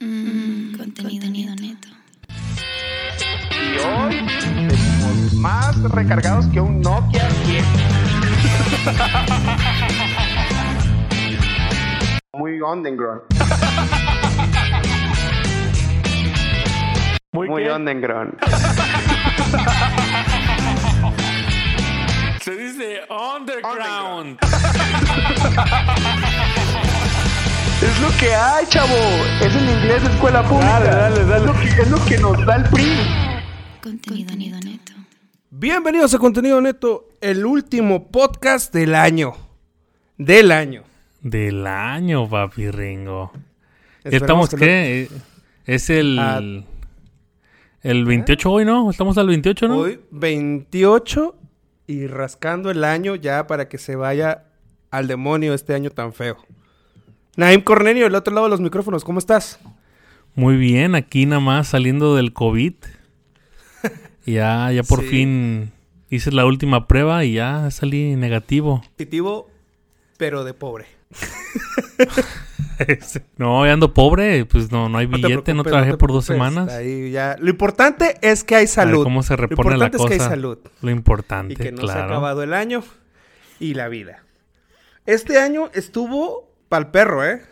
Mm, Contenido, Contenido neto. Y hoy venimos más recargados que un Nokia 10. Muy underground. Muy, Muy qué? underground. Se dice underground. Es lo que hay, chavo. Es en inglés, escuela pública. Dale, dale, Es dale. lo que, es lo que nos da el PRI. Contenido, neto. Bienvenidos a Contenido Neto, el último podcast del año. Del año. Del año, papi Ringo. Ya Esperamos ¿Estamos que qué? Eh, Es el. Ah. el 28 hoy, ¿no? Estamos al 28, no- ¿no? Hoy 28 y rascando el año ya para que se vaya al demonio este año tan feo. Naim Cornelio, del otro lado de los micrófonos, ¿cómo estás? Muy bien, aquí nada más saliendo del COVID. ya, ya por Sí. fin hice la última prueba y ya salí negativo. Titivo, pero de pobre. no, ya ando pobre, pues no, no hay te billete, no preocupes, trabajé te por dos preocupes. semanas. Ahí ya. Lo importante es que hay A ver salud. cómo se repone Lo la importante cosa. es que hay salud. Lo importante, y que no se ha claro. acabado el año y la vida. Este año estuvo pa'l perro, ¿eh?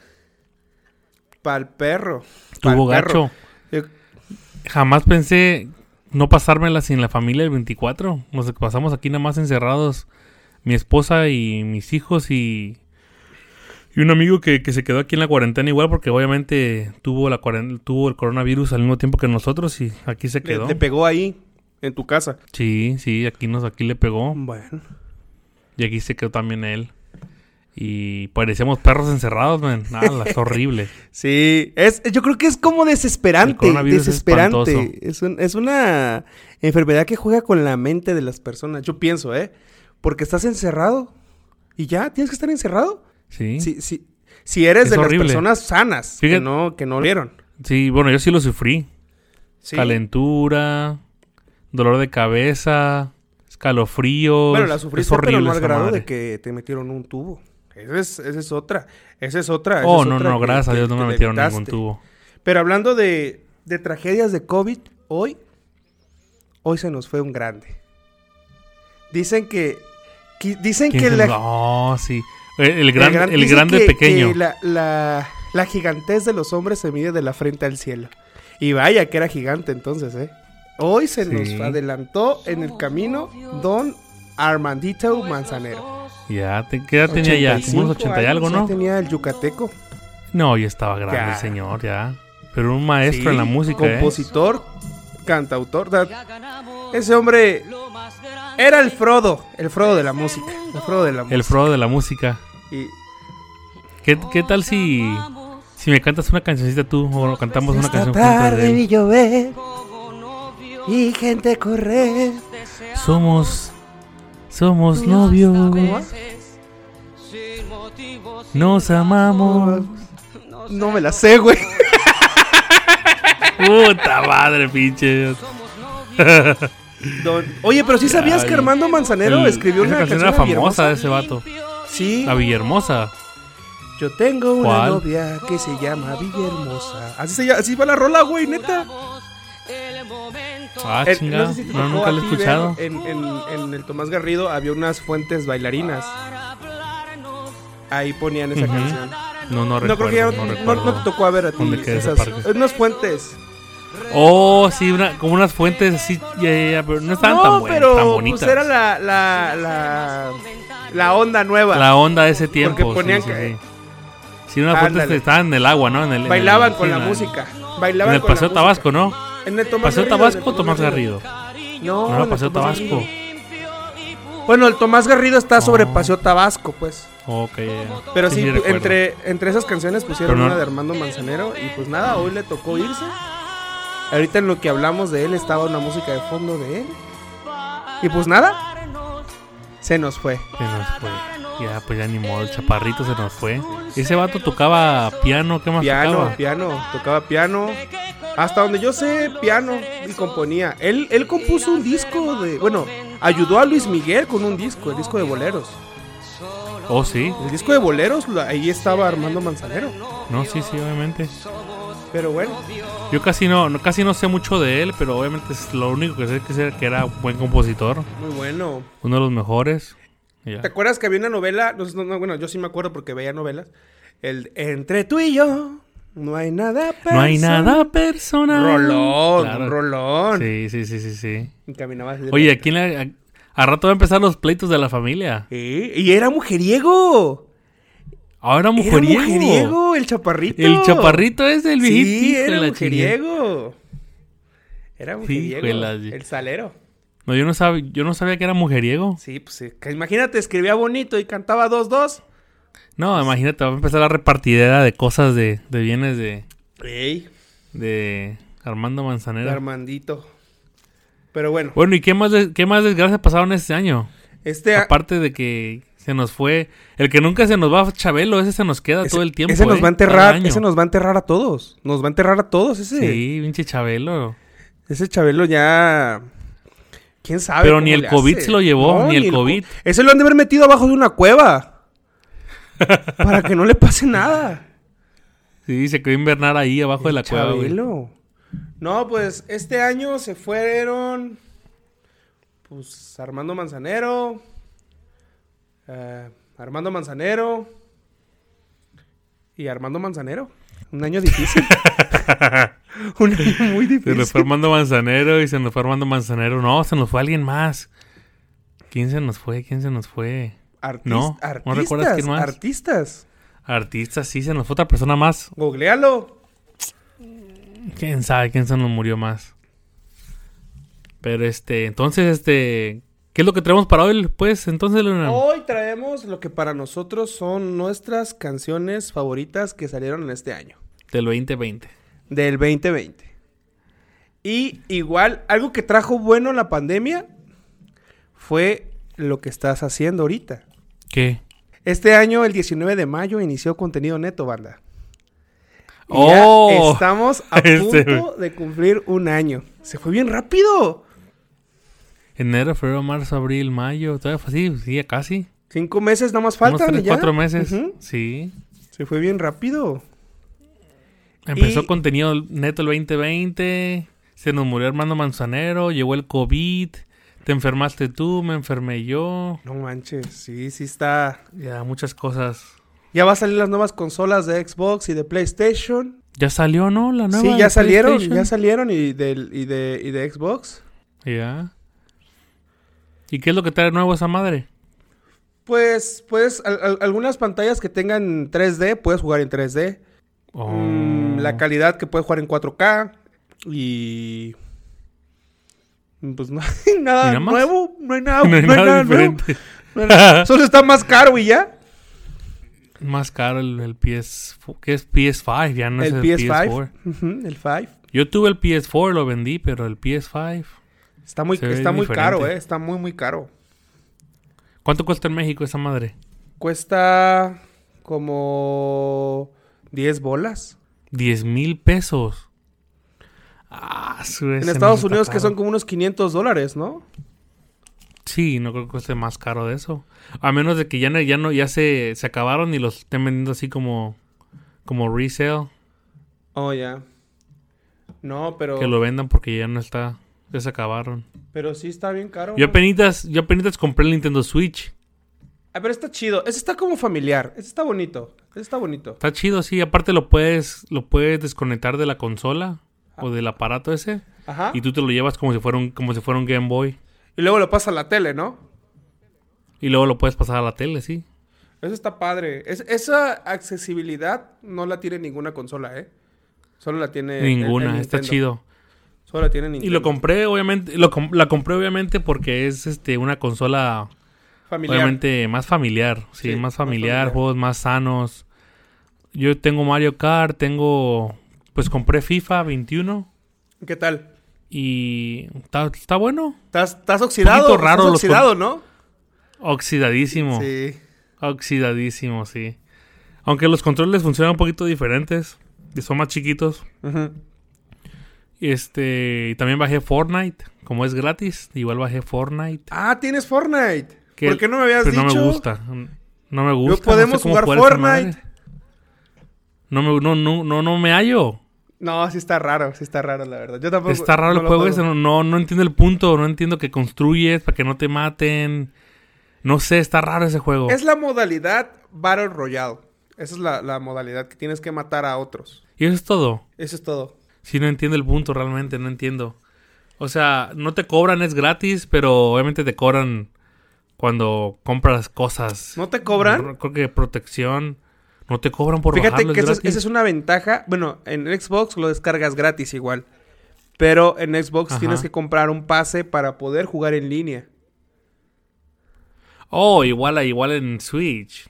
Pa'l perro. pa'l Estuvo gacho. perro. Yo- Jamás pensé no pasármela sin la familia el 24. Nos pasamos aquí nada más encerrados. Mi esposa y mis hijos y... Y un amigo que, que se quedó aquí en la cuarentena igual porque obviamente tuvo la cuaren- tuvo el coronavirus al mismo tiempo que nosotros y aquí se le, quedó. le pegó ahí, en tu casa. sí, sí, aquí nos aquí le pegó Bueno. y aquí se quedó también él. Y parecíamos perros encerrados, man. Nada, es horrible. Sí, es, yo creo que es como El desesperante. coronavirus es Desesperante. espantoso. Es, un- es una enfermedad que juega con la mente de las personas. Yo pienso, ¿eh? Porque estás encerrado. Y ya, tienes que estar encerrado. Sí. Si, si, si eres Es de horrible. las personas sanas que Fíjate- no, que no vieron. Sí, bueno, yo sí lo sufrí. Sí. calentura, dolor de cabeza, escalofríos. Bueno, la sufriste, es horrible pero no al esa grado madre. de que te metieron un tubo. Esa es, esa es otra. Esa es otra. esa Oh, ah, es no, otra no, que- gracias a que- Dios no que me te metieron ningún evitaste. tubo. Pero hablando de, de tragedias de COVID, hoy, hoy se nos fue un grande. Dicen que, que- dicen ¿Quién que se- la, No, sí. El, el gran- gran- el dicen grande que- pequeño. que la, la, la gigantez de los hombres se mide de la frente al cielo. Y vaya que era gigante entonces, ¿eh? Hoy se Sí. nos adelantó en el camino Don Armandito Manzanero. Ya, te, ¿qué edad tenía ya? Como 85 unos 80 y algo, años ya ¿no? tenía el yucateco. No, ya estaba grande Ya. el señor, ya. Pero un maestro en la Sí, música, ¿eh? Compositor, cantautor. da- Ese hombre era el Frodo, el Frodo de la música. El Frodo de la música. El Frodo de la música. Y- ¿Qué, qué tal si, si me cantas una cancioncita tú o cantamos una Esta canción juntos de tarde vi él? llover y gente correr. Somos, somos novios. Nos amamos. No me la sé, güey. Puta madre, pinche. Don- Oye, pero si sabías Ay. que Armando Manzanero El- escribió esa una canción, era a mi famosa de hermosa? ese vato. Sí. La Villahermosa. Yo tengo una ¿Cuál? novia que se llama Villahermosa. Así se llama- así va la rola, güey, neta. Ah, En- chinga. Eh, no sé si te no, tocó nunca a la he ti, eh. escuchado. Vero, En, en- en el Tomás Garrido había unas fuentes bailarinas. Ahí ponían esa Ujú. canción. No, no no creo que ya recuerdo. No, no, recuerdo. no te tocó a ver a ti ¿Dónde queda ese esas, parque? unas fuentes. Oh, sí, una, como unas fuentes así. Ya, ya, ya, pero no estaban tan no, buenas, tan pero bonitas. pues era la, la, la, la onda nueva. La onda de ese tiempo. Porque ponían sí, sí, que- sí. Sí, unas fuentes Ándale. que estaban en el agua, ¿no? En el, en el- Bailaban con sí, la en el- música. En Bailaban el con la Paseo música. Tabasco, ¿no? En el Tomás Paseo Garrido, Tabasco en el o Tomás Garrido. No, No, en el Paseo Tomás Tabasco. Garrido. Bueno, el Tomás Garrido está sobre Oh. Paseo Tabasco, pues. Ok, ya, ya. Pero sí, recuerdo. entre, entre esas canciones pusieron Pero no- una de Armando Manzanero y pues nada, hoy le tocó irse. Ahorita en lo que hablamos de él estaba una música de fondo de él. Y pues nada, se nos fue. Se nos fue. Ya, pues ya ni modo, el chaparrito se nos fue. Ese vato tocaba piano, ¿qué más Piano, tocaba? piano, tocaba piano. Hasta donde yo sé, piano y componía. Él, él compuso un disco de... Bueno, ayudó a Luis Miguel con un disco, el disco de boleros. Oh, sí. El disco de boleros, lo- ahí estaba Armando Manzanero. No, sí, sí, obviamente. Pero bueno, Yo casi no, no- casi no sé mucho de él, pero obviamente es lo único que sé que era que era buen compositor, muy bueno. uno de los mejores. y ya. ¿Te acuerdas que había una novela? No, no, no, bueno, yo sí me acuerdo porque veía novelas. El Entre tú y yo, no hay nada No hay personal. nada personal. Rolón, Claro. un rolón. Sí, sí, sí, sí, sí. Y caminaba así de- Oye, aquí en la- a, a rato va a empezar los pleitos de la familia. Sí, Y era mujeriego. Ahora Era Ah, mujeriego. mujeriego, el chaparrito. El chaparrito es el viejito. Sí, hijo de era la chingada. mujeriego. Era mujeriego. de la- el salero. No, yo no, sab- yo no sabía que era mujeriego. Sí, pues sí, que imagínate, escribía bonito y cantaba dos, dos. No, imagínate, va a empezar la repartidera de cosas de, de bienes de, Ey, de Armando Manzanera. Armandito. Pero bueno, Bueno, ¿y qué más, des- qué más desgracias pasaron este año? este... Aparte de que se nos fue. El que nunca se nos va, Chabelo, ese se nos queda ese- todo el tiempo. Ese ¿eh? nos va a Cada enterrar, año. ese nos va a enterrar a todos. Nos va a enterrar a todos ese. Sí, pinche Chabelo. Ese Chabelo ya. ¿Quién sabe? Pero cómo ni el le COVID se lo llevó, ni el co- COVID. Ese lo han de haber metido abajo de una cueva. para que no le pase nada. Sí, se quedó invernar ahí abajo de la cueva, güey. Chabelo. No, pues este año se fueron. Pues Armando Manzanero. eh, Armando Manzanero. Y Armando Manzanero. Un año difícil. Un año muy Se difícil. nos fue Armando Manzanero y se nos fue Armando Manzanero. No, se nos fue alguien más. ¿Quién se nos fue? ¿Quién se nos fue? Artis- No, ¿no artistas, recuerdas quién más? artistas. Artistas, sí, se nos fue otra persona más. Googlealo. ¿Quién sabe quién se nos murió más? Pero este, entonces, este, ¿qué es lo que traemos para hoy? Pues entonces, Leonel? Hoy traemos lo que para nosotros son nuestras canciones favoritas que salieron en este año, del 2020. del 2020. Y igual, algo que trajo bueno la pandemia fue lo que estás haciendo ahorita. ¿Qué? Este año, el 19 de mayo, inició contenido neto, banda. Y ¡Oh! ya estamos a Este, punto de cumplir un año. Se fue bien rápido. Enero, febrero, marzo, abril, mayo, todavía fue así, sí, ya casi. Cinco meses nada más faltan. Unos y tres, ya. cuatro meses. Ujú. Sí. Se fue bien rápido. Empezó Y- contenido neto el 2020. Se nos murió Armando Manzanero. Llegó el COVID. Te enfermaste tú, me enfermé yo. No manches, sí, sí está. Ya, muchas cosas. Ya va a salir las nuevas consolas de Xbox y de PlayStation. Ya salió, ¿no? La nueva. sí, de ya salieron, PlayStation. ya salieron y del y de y de Xbox. Ya. ¿Y qué es lo que trae nuevo esa madre? Pues pues al- al- algunas pantallas que tengan 3D puedes jugar en 3D. Oh. Mm, la calidad que puedes jugar en 4K y pues no hay nada ¿Nada más? nuevo, no hay nada, No hay nada nuevo. diferente. No hay nada- Solo está más caro y ya. Más caro el, el PS... ¿Qué es PS5? Ya no el es el PS5, PS4. ujú, el 5. Yo tuve el PS4, lo vendí, pero el PS5... Está muy Se ve está muy diferente. caro, eh, está muy muy caro. ¿Cuánto cuesta en México esa madre? Cuesta como 10 bolas. 10 mil pesos. Ah, su- ese En no Estados está Unidos que caro. son como unos 500 dólares, ¿no? Sí, no creo que esté más caro de eso. A menos de que ya, no- ya, no, ya se, se acabaron y los estén vendiendo así como, como resale. Oh, ya. No, pero, Que lo vendan porque ya no está. Ya se acabaron. pero sí está bien caro. Yo apenas, yo apenitas compré el Nintendo Switch. Ah, pero está chido. Ese está como familiar. Ese está bonito. Ese está bonito. Está chido, sí. Aparte lo puedes, lo puedes desconectar de la consola o del aparato ese. Ajá. Y Y, tú te lo llevas como si fuera un, como si fuera un Game Boy. luego lo pasa a la tele, ¿no? Y luego lo puedes pasar a la tele, sí. Eso está padre. Es- esa accesibilidad no la tiene ninguna consola, ¿eh? Solo la tiene. Eh, el- el Ninguna, está Nintendo. chido. Solo la tiene Y Nintendo. lo compré, obviamente, lo com- la compré obviamente porque es este una consola Familiar. obviamente más familiar, sí, Sí, más más familiar, familiar. juegos más sanos. Yo tengo Mario Kart, tengo pues compré FIFA 21 ¿Qué tal? y está, está bueno, ¿Estás, estás oxidado? Poquito raro Estás los oxidado, ¿no? oxidadísimo, Sí. oxidadísimo, sí. Aunque los controles funcionan un poquito diferentes, y son más chiquitos. Ujú. Este, y también bajé Fortnite, como es gratis, igual bajé Fortnite. Ah, tienes Fortnite. que- ¿Por qué no me habías pero No dicho? me gusta. No me gusta. podemos cómo jugar esa Fortnite. madre. No me, no, no, no, no me hallo. No, sí está raro, sí está raro, la verdad. Yo tampoco. Está raro no el lo juego juego. ese, no, no, no entiendo el punto, no entiendo que construyes para que no te maten. No sé, está raro ese juego. Es la modalidad Battle Royale. Esa es la, la modalidad que tienes que matar a otros. Y eso es todo. Eso es todo. Sí, no entiendo el punto realmente, no entiendo. O sea, no te cobran, es gratis, pero obviamente te cobran cuando compras cosas. ¿No te cobran? No, Creo que protección. No te cobran por Fíjate bajarlo, que es esa es, gratis. esa es una ventaja. Bueno, en Xbox lo descargas gratis igual. Pero en Xbox Ajá. tienes que comprar un pase para poder jugar en línea. Oh, igual, a- igual en Switch.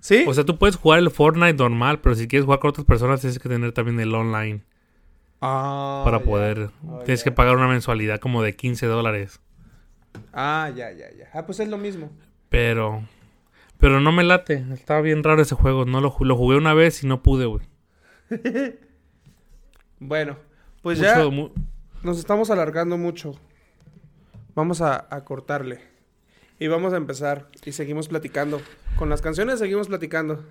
¿Sí? O sea, tú puedes jugar el Fortnite normal, pero si quieres jugar con otras personas tienes que tener también el online Ah, para ya. poder. Oh, tienes ya. que pagar una mensualidad como de 15 dólares. Ah, ya, ya, ya. Ah, pues es lo mismo. Pero. Pero no me late. Estaba bien raro ese juego. No lo, ju- lo jugué una vez y no pude, güey. Bueno, pues Mucho- ya mu- nos estamos alargando mucho. Vamos a, a cortarle. Y vamos a empezar. Y seguimos platicando. Con las canciones seguimos platicando.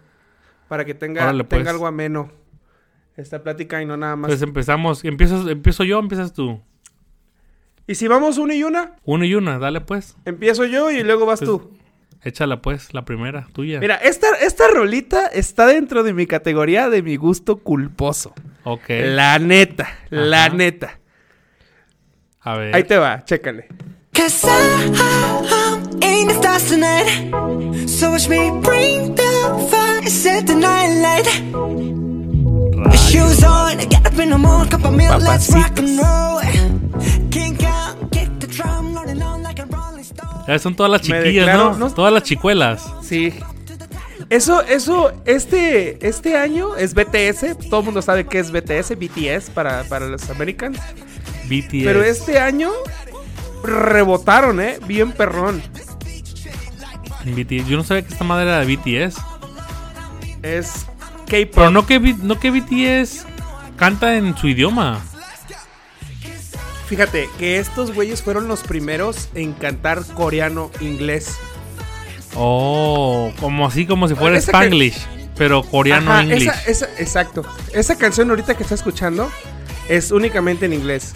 Para que tenga, Órale, pues. eh. tenga algo ameno. Esta plática y no nada más. Entonces pues empezamos. ¿Empiezas, ¿Empiezo yo o empiezas tú? y si vamos una y una, Uno y una, dale pues. Empiezo yo y luego vas tú. Échala pues, la primera, tuya. Mira, esta, esta rolita está dentro de mi categoría de mi gusto culposo. Ok. La neta, la Ajá. neta. A ver. Ahí te va, chécale. Cause I, I'm in the stars tonight. So watch me bring the fire, set the night light. Shoes on, get up in the morning, cup of milk, let's rock and roll. Kink out, kick the drum, rolling on like a rolling stone. Ah, son todas las Me chiquillas, declaro- ¿no? no- Todas las chicuelas. Sí. Eso, eso, este, este año es BTS. Todo el mundo sabe que es BTS, BTS para, para los americanos. BTS. Pero este año rebotaron, ¿eh? Bien perrón. BTS. Yo no sabía que esta madre era de BTS. Es Pero K-pop. no que, B- no que BTS canta en su idioma. Fíjate que estos güeyes fueron los primeros en cantar coreano inglés. Oh, como así, como si fuera Esa que- Spanglish. Pero coreano Ajá, English. esa- esa- exacto. Esa canción ahorita que está escuchando es únicamente en inglés.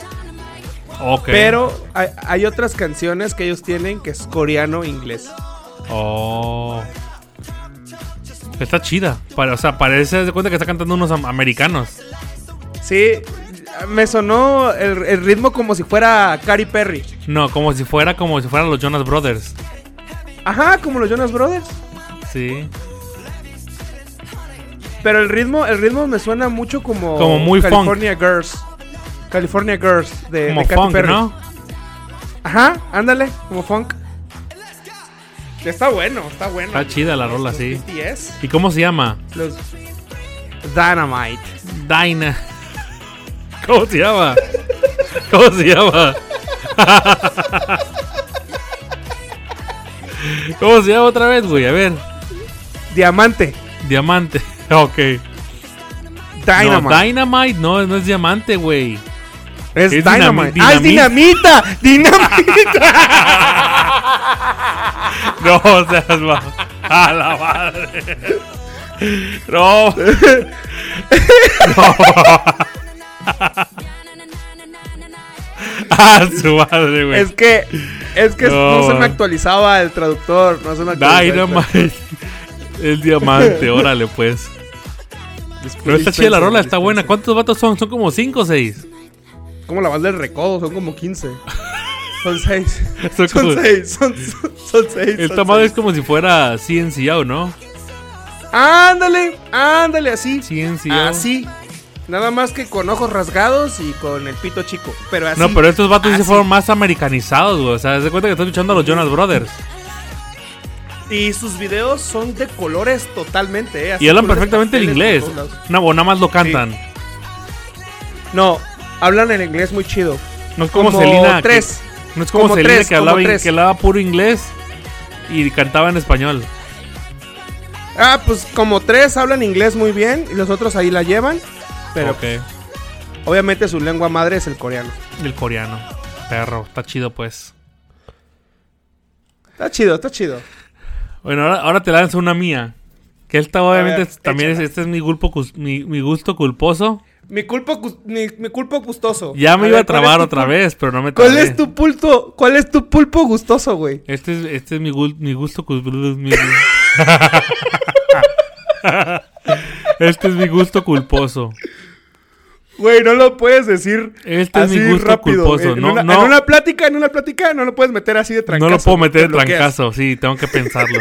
Ok. Pero hay, hay otras canciones que ellos tienen que es coreano-inglés. Oh. Está chida. Para- o sea, parece, haz de cuenta que está cantando unos am- americanos. Sí, me sonó el, el ritmo como si fuera Cary Perry. No, como si fuera como si fueran los Jonas Brothers. Ajá, como los Jonas Brothers. Sí. Pero el ritmo, el ritmo me suena mucho como, Como muy funk. California Girls. California Girls de, Como Eh, de Katy funk, Perry. ¿no? Ajá, ándale, como funk. Está bueno, está bueno. Está chida la rola, Los sí. BTS, ¿Y cómo se llama? los Dynamite. Dyna. ¿Cómo se llama? ¿Cómo se llama? ¿Cómo se llama otra vez, güey? A ver. Diamante. Diamante. Ok. Dynamite. No, Dynamite no, no es diamante, güey. es es Dynamite. dinami- ¡Ah, es dinamita! ¡Dinamita! No, o sea, es ma- A la madre. No. No. Ah, su madre, güey. es que, es que No, no, se me man. actualizaba el traductor. No se me actualizaba. el Dynamite. El diamante, órale, pues. traductor. Pero está chida la Dispensen, rola, está buena. dispensen. ¿Cuántos vatos son? Son como 5 o 6. Como la banda del recodo, son como 15. Son 6. Son como- Son 6. Son 6. Son seis, El son tomado seis. es como si fuera CNCO, ¿no? Ándale, ándale, así. CNCO. Así. Nada más que con ojos rasgados y con el pito chico. Pero así. No, pero estos vatos sí se así. fueron más americanizados, güey. O sea, se cuenta que estás escuchando a los Jonas Brothers. Ah, Y sus videos son de colores totalmente, ¿eh? Así Y hablan colores perfectamente el pasteles inglés. por todos lados. No, o nada más lo cantan. No, hablan el inglés muy chido. No es como, Como Selena. que- tres. no es como, Como Selena tres, que, como hablaba, in- tres. que hablaba puro inglés y cantaba en español. Ah, pues como tres hablan inglés muy bien y los otros ahí la llevan. Pero Ok. obviamente su lengua madre es el coreano. Y El coreano. Perro, está chido, pues. Está chido, está chido. Bueno, ahora, ahora te lanzo una mía. Que esta obviamente ver, es- también es, échala. este es mi, culpo cus- mi, mi gusto culposo. Mi culpa, cus- mi, mi culpo gustoso. Ya me A iba ver, a trabar ¿cuál es tu otra pul- vez, pero no me trabé. ¿Cuál es tu pulpo? ¿Cuál es tu pulpo gustoso, güey? Este es, este es mi, gul- mi gusto. cul- mi- este es mi gusto culposo. Güey, no lo puedes decir Este es así mi gusto rápido. culposo. En, No, una, no. en una plática, en una plática, no lo puedes meter así de trancazo. no lo puedo güey, meter te de bloqueas. trancazo, sí, tengo que pensarlo.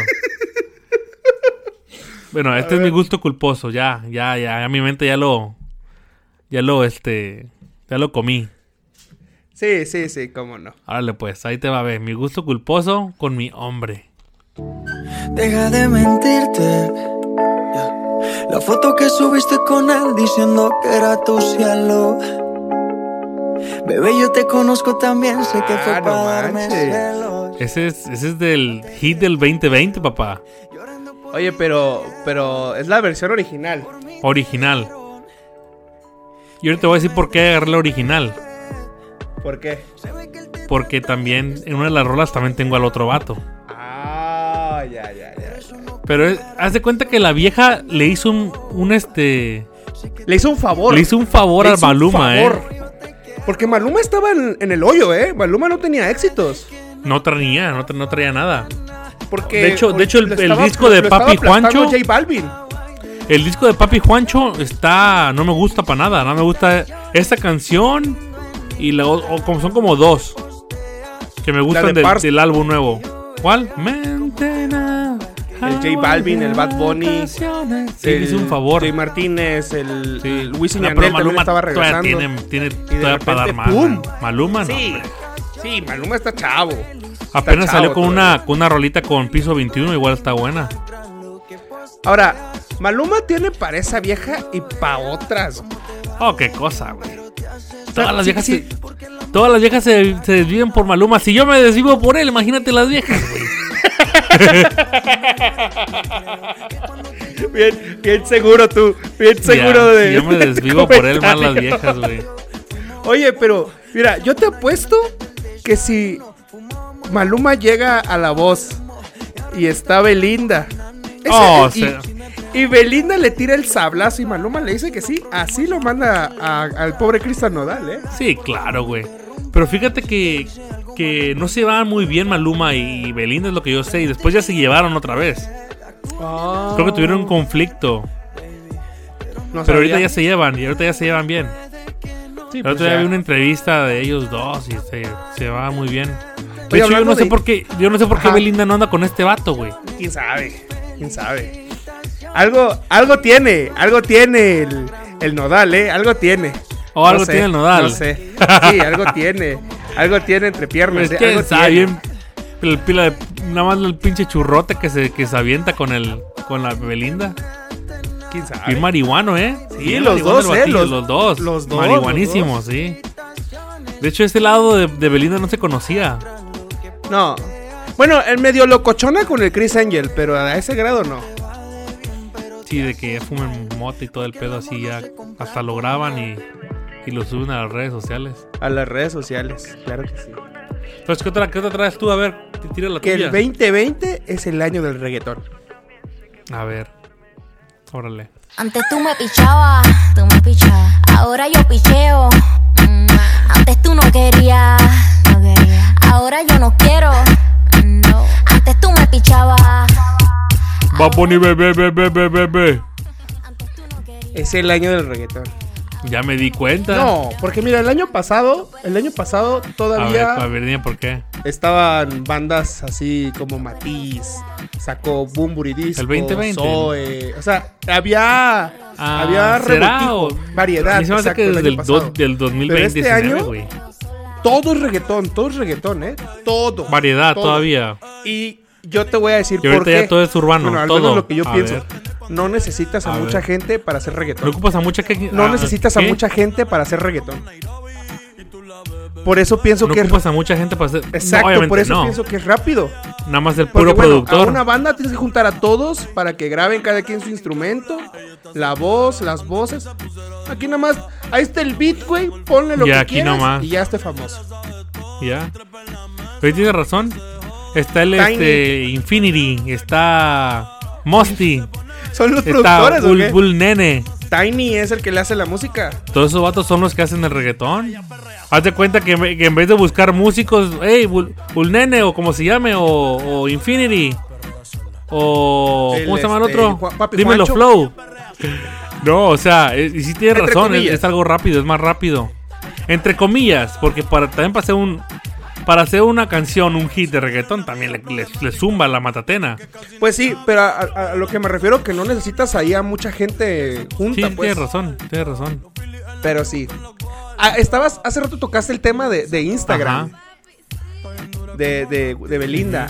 bueno, este es mi gusto culposo, ya, ya, ya, ya mi mente ya lo, ya lo, este, ya lo comí. Sí, sí, sí, cómo no. Árale pues, ahí te va a ver, mi gusto culposo con mi hombre. Deja de mentirte. Ya. La foto que subiste con él diciendo que era tu cielo. Bebé, yo te conozco también, sé que fue Ah, no para darme manches. celos. Ese es, ese es del hit del 2020, papá. Llorando por Oye, pero, pero es la versión original. Original. Y ahora te voy a decir por qué agarré la original. ¿Por qué? Porque también en una de las rolas también tengo al otro vato. Ah, ya, ya, ya. Pero es- haz de cuenta que la vieja le hizo un, un este... Le hizo un favor. Le hizo un favor a hizo un Maluma, favor. eh. Porque Maluma estaba en, en el hoyo, ¿eh? Maluma no tenía éxitos. No traía, no, tra- no traía nada. Porque De hecho- de hecho, el- lo el disco de lo estaba Papi aplastando Juancho- J Balvin. El disco de Papi Juancho está. No me gusta para nada. No me gusta esta canción. Y la o- o como son como dos. Que me La gustan de del, Pars- del álbum nuevo. ¿Cuál? Mentena. El J Balvin, el Bad Bunny, Sí, le hice un favor. Jay Martínez, el, Sí. el Wisin No, y pero Yandel también Maluma estaba todavía regresando. tiene, tiene todavía para dar repente, más. ¡pum! Maluma no. Sí, sí, Maluma está chavo. Está Apenas chavo salió con todavía. una, con una rolita con piso 21. Igual está buena. Ahora, Maluma tiene para esa vieja y para otras. Oh, qué cosa, güey. sea, Todas las sí, viejas, sí. Se, todas las viejas se, se desviven por Maluma. Si yo me desvivo por él, imagínate las viejas, güey. Bien, bien seguro tú, bien seguro Ya, de. Si yo me de tu desvivo por él, más las comentario. viejas, güey. Oye, pero mira, yo te apuesto que si Maluma llega a la voz y está Belinda. ese- Oh, y, sea. y Belinda le tira el sablazo y Maluma le dice que sí, así lo manda a- al pobre Cristian Nodal, ¿eh? Sí, claro, güey. Pero fíjate que, que no se llevaban muy bien Maluma y Belinda, es lo que yo sé. Y después ya se llevaron otra vez. Ah. Creo que tuvieron un conflicto. No Pero sabía. ahorita ya se llevan, y ahorita ya se llevan bien. Sí, El pues otro día ya. vi una entrevista de ellos dos y se, se va muy bien. De Oye, hecho, yo hablando no, sé de- por qué, yo no sé por qué Ajá. Belinda no anda con este vato, güey. quién sabe, quién sabe. Algo, algo tiene, algo tiene el, el nodal, ¿eh? Algo tiene. O algo tiene el nodal. No sé. Sí, algo tiene. Algo tiene entre piernas. Pues ¿eh? quién algo sabe, tiene. bien, el pila de- nada más el pinche churrote que se, que se avienta con el con la Belinda. ¿Quién sabe? Bien marihuano, ¿eh? Sí, Bien los marihuano el dos, ¿eh? batillo, Los- los dos. los dos, Marihuanísimo, los sí. De hecho, este lado de, de Belinda no se conocía. No. Bueno, el medio locochona con el Chris Angel, pero a ese grado no. Sí, de que fumen mote y todo el pedo así ya. Hasta lo graban y, y lo suben a las redes sociales. A las redes sociales, claro que sí. Entonces, ¿qué otra, qué otra traes tú? A ver, t- tira la Que tuya. el 2020 es el año del reggaetón. A ver. Órale. Antes tú me pichabas, tú me pichabas. Ahora yo picheo. Mm, Antes tú no querías, no quería. Ahora yo no quiero. No. Antes tú me pichabas. Va Bunny, bebé, bebé, bebé, bebé. Antes tú no querías. Es el año del reggaetón. Ya me di cuenta. No, porque mira, el año pasado, el año pasado A ver, todavía a ver, dime por qué. estaban bandas así como Matiz, sacó Bumburi Disco, El 2020. Zoe, o sea, había Ah, había ¿será rebutico, o- variedad. A mí se me hace exacto, que el desde año el, do- pasado. del 2020 Pero este año, güey. todo es reggaetón, todo es reggaetón, ¿eh? Todo. Variedad todo. todavía. Y yo te voy a decir Y por ahorita ya qué. todo es urbano, Bueno, al todo. menos lo que yo A pienso. ver. No necesitas a, A mucha ver. gente para hacer No reggaetón. ocupas a mucha que- No ah, necesitas ¿qué? a mucha gente para hacer reggaetón. Por eso pienso No que es ocupas a mucha gente para hacer. Exacto, no, obviamente por eso no. pienso que es rápido. Nada más el Porque puro bueno, productor. a una banda tienes que juntar a todos para que graben cada quien su instrumento, la voz, las voces. Aquí nada más, ahí está el beat, güey, ponle lo Y que aquí quieras nomás. y ya esté famoso. Ya. Pero tienes razón. Está el Tiny. este, Infinity. Está Mosty. Son los Está productores, ¿o Bull, qué? Bull Nene. Tiny es el que le hace la música. Todos esos vatos son los que hacen el reggaetón. Haz de cuenta que, en- que en vez de buscar músicos, hey, Bul- Bulnene o como se llame, o, o Infinity, o. El, ¿Cómo se llama el este, otro? Ju- Papi Dímelo, Juancho. Flow. No, o sea, eh, y sí tienes Entre razón, es, comillas. es algo rápido, es más rápido. Entre comillas, porque para también para hacer un. Para hacer una canción, un hit de reggaetón, también le, le- le zumba la matatena. Pues sí, pero a, a- a lo que me refiero que no necesitas ahí a mucha gente Sí, junta, pues. tienes razón, tienes razón. Pero sí. Ah, estabas, hace rato tocaste el tema de, de Instagram. Ajá. de, de- de Belinda.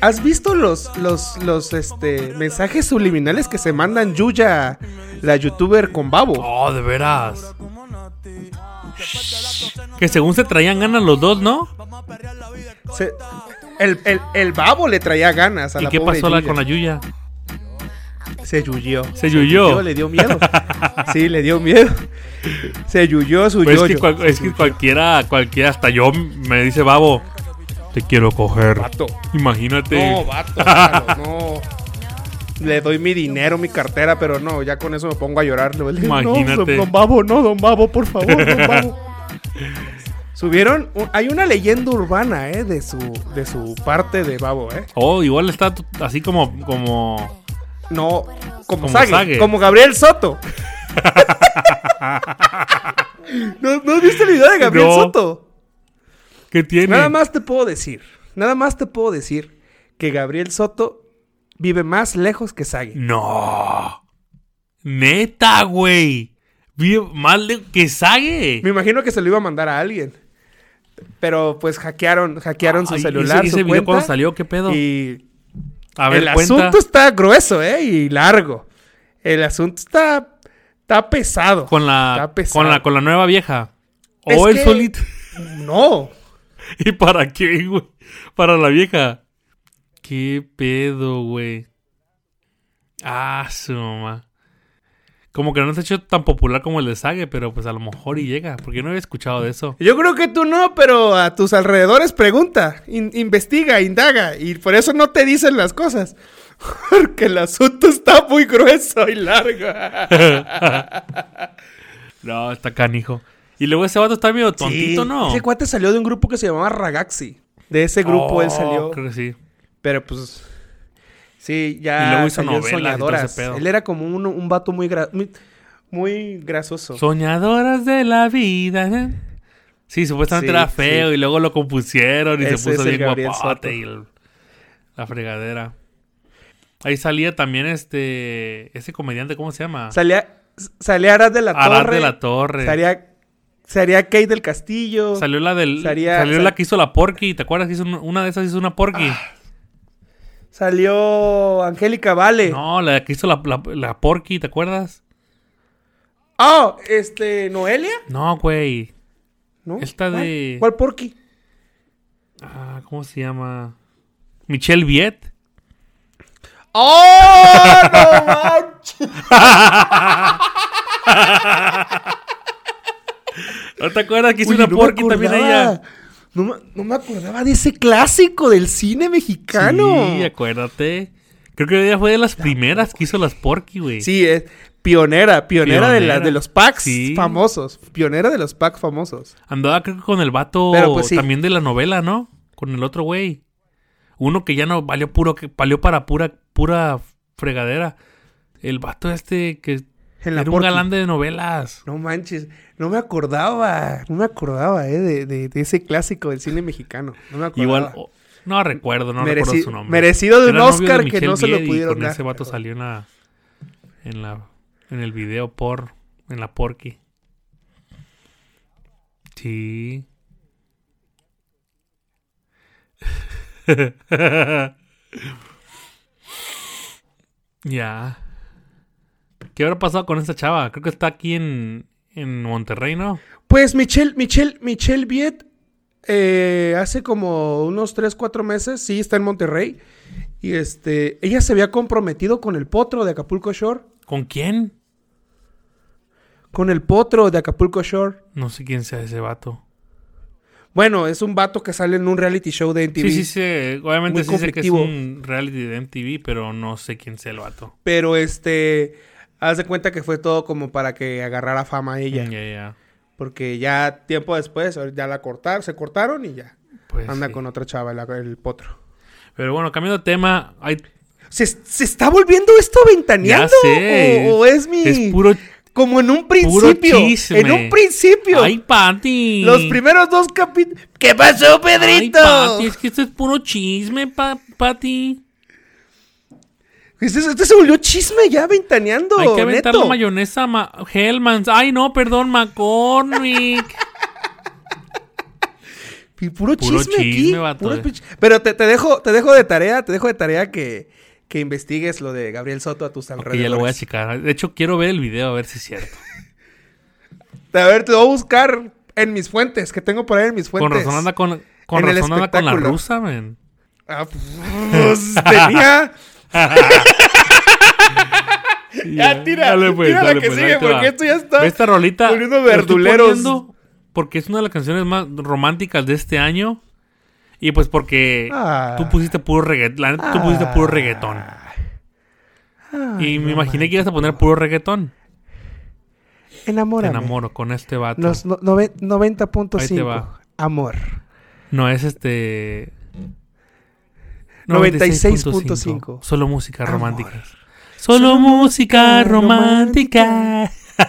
¿Has visto los, los, los este, mensajes subliminales que se mandan Yuya, la youtuber con Babo? Oh, de veras. Que según se traían ganas los dos, ¿no? Se- el, el- el Babo le traía ganas a ¿Y la qué pobre pasó la- Yuya. con la Yuya? Se yuyó. Se yuyó. Le dio miedo. sí, le dio miedo. Se yuyó su Pues es, que yoyo. cual- es que cualquiera, cualquiera, hasta yo me dice, babo, te quiero coger. Vato. Imagínate. No, vato, claro, no. Le doy mi dinero, mi cartera, pero no, ya con eso me pongo a llorar. Le voy a decir, "No, Imagínate. don Babo, no, don Babo, por favor, don Babo. Subieron, un- hay una leyenda urbana, ¿eh? De su, de su parte de Babo, ¿eh? Oh, igual está t- así como, como, No, como, Como Sage, Sage. como Gabriel Soto. ¿No, ¿No viste el video de Gabriel No. Soto? ¿qué tiene? Nada más te puedo decir, nada más te puedo decir que Gabriel Soto vive más lejos que Sage. No. Neta, güey. Vive Más le- que sague. Me imagino que se lo iba a mandar a alguien. Pero pues hackearon, hackearon su Ay, Ah, ¿y celular, ese- y su ese video cuenta, cuándo salió? ¿Qué pedo? Y A ver, el cuenta. asunto está grueso, ¿eh? Y largo. El asunto está, está pesado. con la, Está pesado. con la, con la nueva vieja. Es O el que- solito. No. ¿Y para qué, güey? Para la vieja. ¿Qué pedo, güey? Ah, su mamá. Como que no se ha hecho tan popular como el de Sage, pero pues a lo mejor y llega, porque yo no había escuchado de eso. Yo creo que tú no, pero a tus alrededores pregunta, in- investiga, indaga. Y por eso no te dicen las cosas. Porque el asunto está muy grueso y largo. No, está canijo. Y luego ese vato está medio tontito, Sí, ¿no? Ese cuate salió de un grupo que se llamaba Ragaxi. De ese grupo Oh, él salió. Creo que sí. Pero pues. Sí, Y ya luego hizo salió en novelas y todo soñadoras. ese pedo. Él era como un, un vato muy, gra- muy, muy grasoso. Soñadoras de la vida. ¿eh? Sí, supuestamente Sí, era feo sí. y luego lo compusieron y Ese se puso es el bien Gabriel Soto. guapote y el- la fregadera. Ahí salía también este ese comediante, ¿cómo se llama? salía, salía Arad de la Arad Torre. de la Torre. Salía, salía Kate del Castillo. Salió la del Salía- salió sal- Ah, la que hizo la Porky, ¿te acuerdas que hizo un- una de esas hizo una Porky? Salió Angélica Vale. no, la que hizo la, la, la Porky, ¿te acuerdas? Oh, este, Noelia. No, güey. ¿No? Esta ¿Cuál? de- ¿Cuál porqui? Ah, ¿cómo se llama? Michelle Viet. ¡Oh! ¡No manches! ¿No te acuerdas que hizo Oye, una no me Porky también acordaba. ella? No, me- no me acordaba de ese clásico del cine mexicano. Sí, acuérdate. Creo que ella fue de las primeras que hizo las Porky, güey. Sí, es pionera, pionera, De, la- Pionera. de los packs Sí. famosos. Pionera de los packs famosos. Andaba creo que con el vato Pero, pues, sí. también de la novela, ¿no? Con el otro güey. Uno que ya no valió puro que valió para pura pura fregadera. El vato este que En la era un Porky. galán de novelas. No manches, no me acordaba, no me acordaba eh, de, de- de ese clásico del cine mexicano. No me acordaba. Igual o- no recuerdo, no Mereci- recuerdo su nombre. merecido de un Era novio Oscar que Michelle no se lo Viet y pudieron con dar. ese vato salió en la en la en el video por en la Porky. Sí. ya. ¿Qué habrá pasado con esta chava? Creo que está aquí en, en Monterrey, ¿no? Pues Michelle, Michelle, Michelle Viet, eh, hace como unos 3, 4 meses, sí, está en Monterrey. Y este, ella se había comprometido con el potro de Acapulco Shore. ¿Con quién? Con el potro de Acapulco Shore. No sé quién sea ese vato. Bueno, es un vato que sale en un reality show de MTV. Sí, sí, sí. Obviamente Muy sí sé que es conflictivo. un reality de MTV, pero no sé quién sea el vato. Pero este. Haz de cuenta que fue todo como para que agarrara fama ella. Mm, Ya, ya. Porque ya tiempo después, ahorita ya la cortaron, se cortaron y ya. Pues Anda sí. con otra chava, la- el potro. Pero bueno, cambiando de tema, hay... ¿Se, se está volviendo esto ya ventaneando? sé. O, o es mi. Es puro, Como en un puro principio. chisme. En un principio. ¡Ay, Pati! Los primeros dos capítulos. ¿Qué pasó, Pedrito? Ay, Pati, es que esto es puro chisme, pa Pati. Este, este se volvió chisme ya ventaneando. Hay que aventar neto. la mayonesa ma Hellman's. Ay, no, perdón, McCormick. Y puro, Puro chisme, chisme, aquí. vato, puro eh. pinche- Pero te, te dejo, te dejo de tarea, te dejo de tarea que, que investigues lo de Gabriel Soto a tus que alrededores. ya lo voy a checar. De hecho, quiero ver el video a ver si es cierto. a ver, te lo voy a buscar en mis fuentes, que tengo por ahí en mis fuentes. Con razón anda con, con, En el razón anda con la espectáculo. rusa, men. Ah, pues, tenía. Ya, tira, tira la que pues, ahí sigue, te porque va. esto ya está Ve Esta rolita. volviendo la estoy verduleros. poniendo Porque es una de las canciones más románticas de este año. Y pues porque Ah. tú pusiste puro reggaetón. La neta, tú pusiste puro reggaetón. y me imaginé que ibas a poner puro reggaetón. Te Enamórame. enamoro con este vato. Nos- no- nove- 90.5. Ahí te va. Amor. No, es este. 96.5. Solo música romántica. Solo música romántica.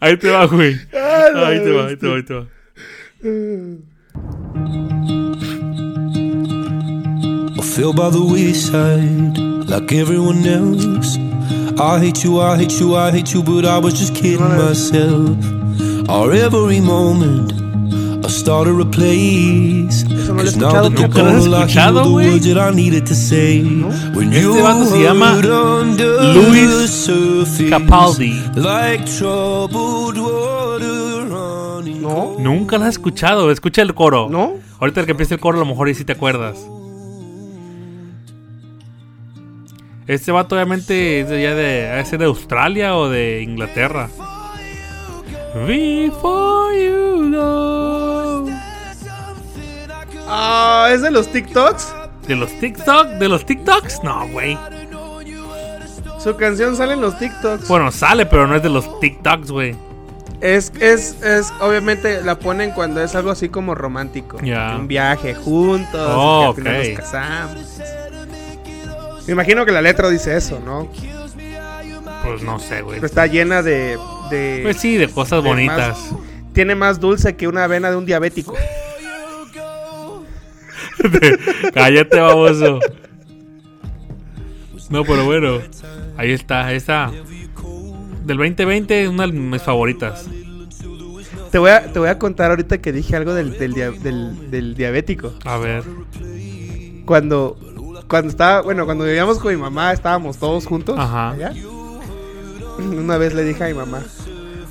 ahí te va, güey. Ahí te va, ahí te va, ahí te va. I fell by the wayside like everyone else. I hate you, I hate you, I hate you, but I was just kidding myself. Our every moment, I started to replace. no lo he Cause now escuchado, that you're lo he nunca gone, I hear escuchado, the güey. words that I needed to say. When you vato se llama were under Luis the surface, Capaldi. Like troubled water running No. Nunca la has escuchado. Escucha el coro. ¿No? Ahorita el que empiece el coro, a lo mejor y si te acuerdas. Este vato obviamente es de allá de, ha de ser de Australia o de Inglaterra. Before you go. Ah, ¿es de los TikToks? ¿De los TikTok? ¿De los TikToks? No, güey. Su canción sale en los TikToks. Bueno, sale, pero no es de los TikToks, güey. Es, es, es, obviamente la ponen cuando es algo así como romántico. Ya. Un viaje juntos, Oh, que al final ok. nos casamos. Me imagino que la letra dice eso, ¿no? Pues no sé, güey. Pero está llena de. de- Pues sí, de cosas de bonitas. más- tiene más dulce que una avena de un diabético. Cállate, baboso. No, pero bueno. Ahí está, ahí está. Del 2020 es una de mis favoritas. Te voy a, te voy a contar ahorita que dije algo del, del dia- del- del diabético. A ver. Cuando. Cuando estaba, bueno, cuando vivíamos con mi mamá, estábamos todos juntos. Ajá. allá. Una vez le dije a mi mamá,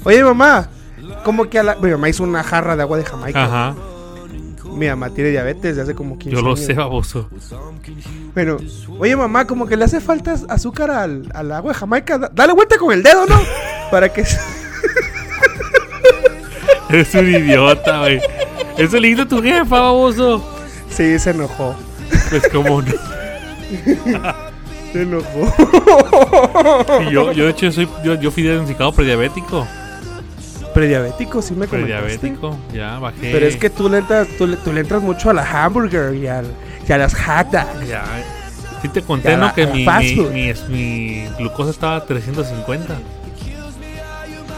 oye mamá, ¿cómo que a la... Mi mamá hizo una jarra de agua de Jamaica. Ajá. Mi mamá tiene diabetes de hace como 15 Yo lo años. sé, baboso. Bueno, oye mamá, como que le hace falta azúcar al, al agua de Jamaica. Da- Dale vuelta con el dedo, ¿no? Para que... Eres un idiota, güey. Eso le hizo tu jefa, baboso. Sí, se enojó. Pues como no. Se enojó. Y Yo, yo de hecho, soy, yo, yo fui diagnosticado prediabético. Prediabético, sí me comentaste. Prediabético. Eh. Ya, bajé. Pero es que tú le entras, tú le, tú le entras mucho a la hamburger y, al- y a las hot dogs. Ya. Sí te conté, Ya, ¿no? la- Que la mi, fast mi- food. mi- es- mi glucosa estaba a 350.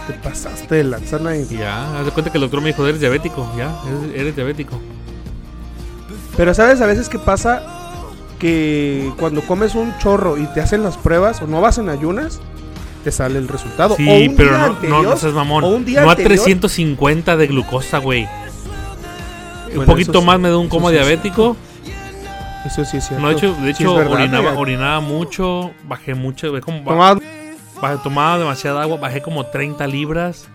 Te pasaste de lanzana y... Ya, haz de cuenta que el doctor me dijo, eres diabético, ya, eres, eres diabético. Pero sabes a veces qué pasa que cuando comes un chorro y te hacen las pruebas o no vas en ayunas, te sale el resultado. Sí, O un pero día no, no, anterior, no seas mamón. o un día no a anterior. 350 de glucosa, güey. un Bueno, poquito eso sí, más me da un coma eso sí es diabético. Eso sí es cierto. No, de hecho, de Sí hecho es verdad, orinaba, mira. orinaba mucho, bajé mucho, ve como ba- Tomaba- bajé- tomaba demasiada agua, bajé como 30 libras.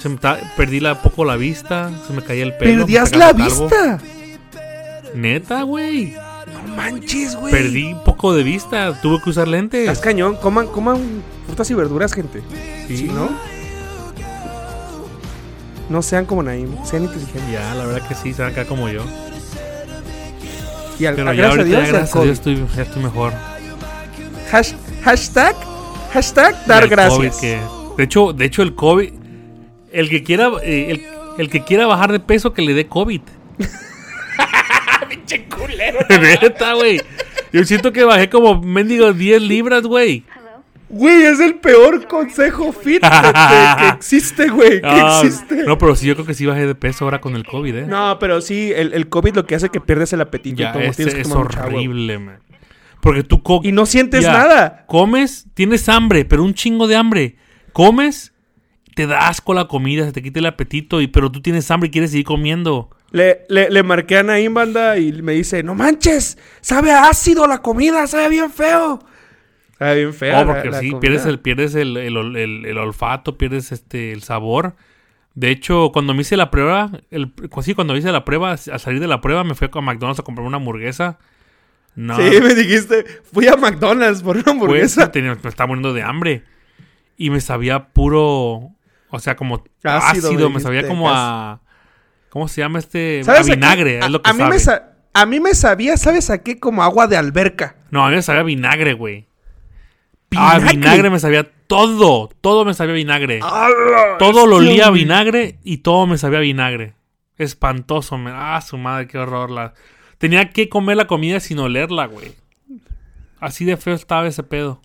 Se me ta- perdí la, poco la vista, se me caía el pelo. me Perdías sacaba la calvo. vista. Neta, güey. No manches, güey. Perdí poco de vista, tuve que usar Estás lentes. cañón. Coman, coman frutas y verduras, gente. Sí. Sí, ¿no? No sean como Naim, sean inteligentes. Ya, la verdad que sí, están acá como yo. Y al, Pero a- ya Ah, gracias a ahorita, Dios, ya el gracias a COVID. Dios, estoy, ya estoy mejor. Hash- hashtag, hashtag dar El COVID gracias. que- de hecho, de hecho el COVID el que quiera eh, el, el que quiera bajar de peso que le dé COVID. Pinche culero. Neta, güey. Yo siento que bajé como mendigo 10 libras, güey. Güey, es el peor consejo fit que, que- que existe, güey. Que Ah, existe. no, pero sí yo creo que sí bajé de peso ahora con el COVID, eh. No, pero sí, el, el COVID lo que hace es que pierdes el apetito. ya como es, tienes que es tomar mucha agua. horrible, man. Porque tú co- Y no sientes ya, nada. Comes, tienes hambre, pero un chingo de hambre. Comes, te da asco la comida, se te quita el apetito, y, pero tú tienes hambre y quieres seguir comiendo. Le, le, le marqué a Naim Banda y me dice, no manches, sabe a ácido la comida, sabe bien feo. Sabe bien feo. Oh, porque sí, pierdes, el, pierdes el, el ol- el- el olfato, pierdes este, el sabor. De hecho, cuando me hice la prueba, el, cu- sí, cuando hice la prueba, al salir de la prueba me fui a McDonald's a comprar una hamburguesa. No, Sí, me dijiste, fui a McDonald's por una pues, hamburguesa. tenía- me estaba muriendo de hambre. Y me sabía puro, o sea, como ácido, Ácido, me dijiste, sabía como casi. a... ¿Cómo se llama este? A ¿Sabes a qué? vinagre, a, es lo que a mí me sabe. sa- a mí me sabía, ¿sabes a qué? Como agua de alberca. No, a mí me sabía vinagre, güey. Ah, ¿Vinagre? vinagre me sabía todo. Todo me sabía vinagre. todo lo olía a vinagre y todo me sabía a vinagre. Espantoso. Me... Ah, su madre, qué horror. La... Tenía que comer la comida sin olerla, güey. Así de feo estaba ese pedo.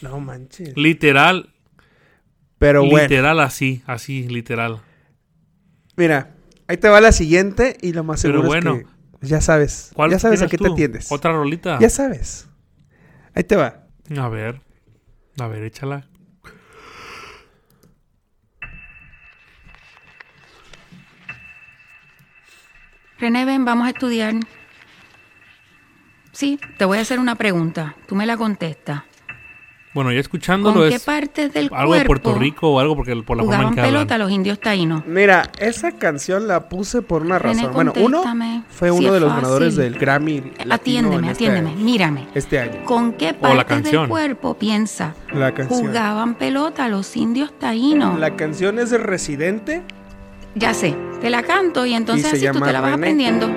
No manches. Literal, Pero bueno, literal así, así, literal. mira, ahí te va la siguiente y lo más Pero seguro es bueno. que ya sabes. Ya sabes a tienes qué te tú? atiendes. ¿Otra rolita? Ya sabes. Ahí te va. A ver. A ver, échala. René, ven, vamos a estudiar. Sí, te voy a hacer una pregunta. Tú me la contestas. Bueno, ya escuchándolo ¿Con qué es partes del algo cuerpo de Puerto Rico o algo porque por la forma en jugaban que hablan. pelota los indios taínos? Mira, esa canción la puse por una René, razón. bueno, uno contéstame. fue Sí, uno es de los fácil. ganadores del Grammy. latino en Atiéndeme, este- atiéndeme, mírame. Este año. ¿Con qué O la partes canción. del cuerpo piensa? La canción. Jugaban pelota los indios taínos. La canción es de Residente Ya sé, te la canto y entonces se así tú llama te la vas René. aprendiendo.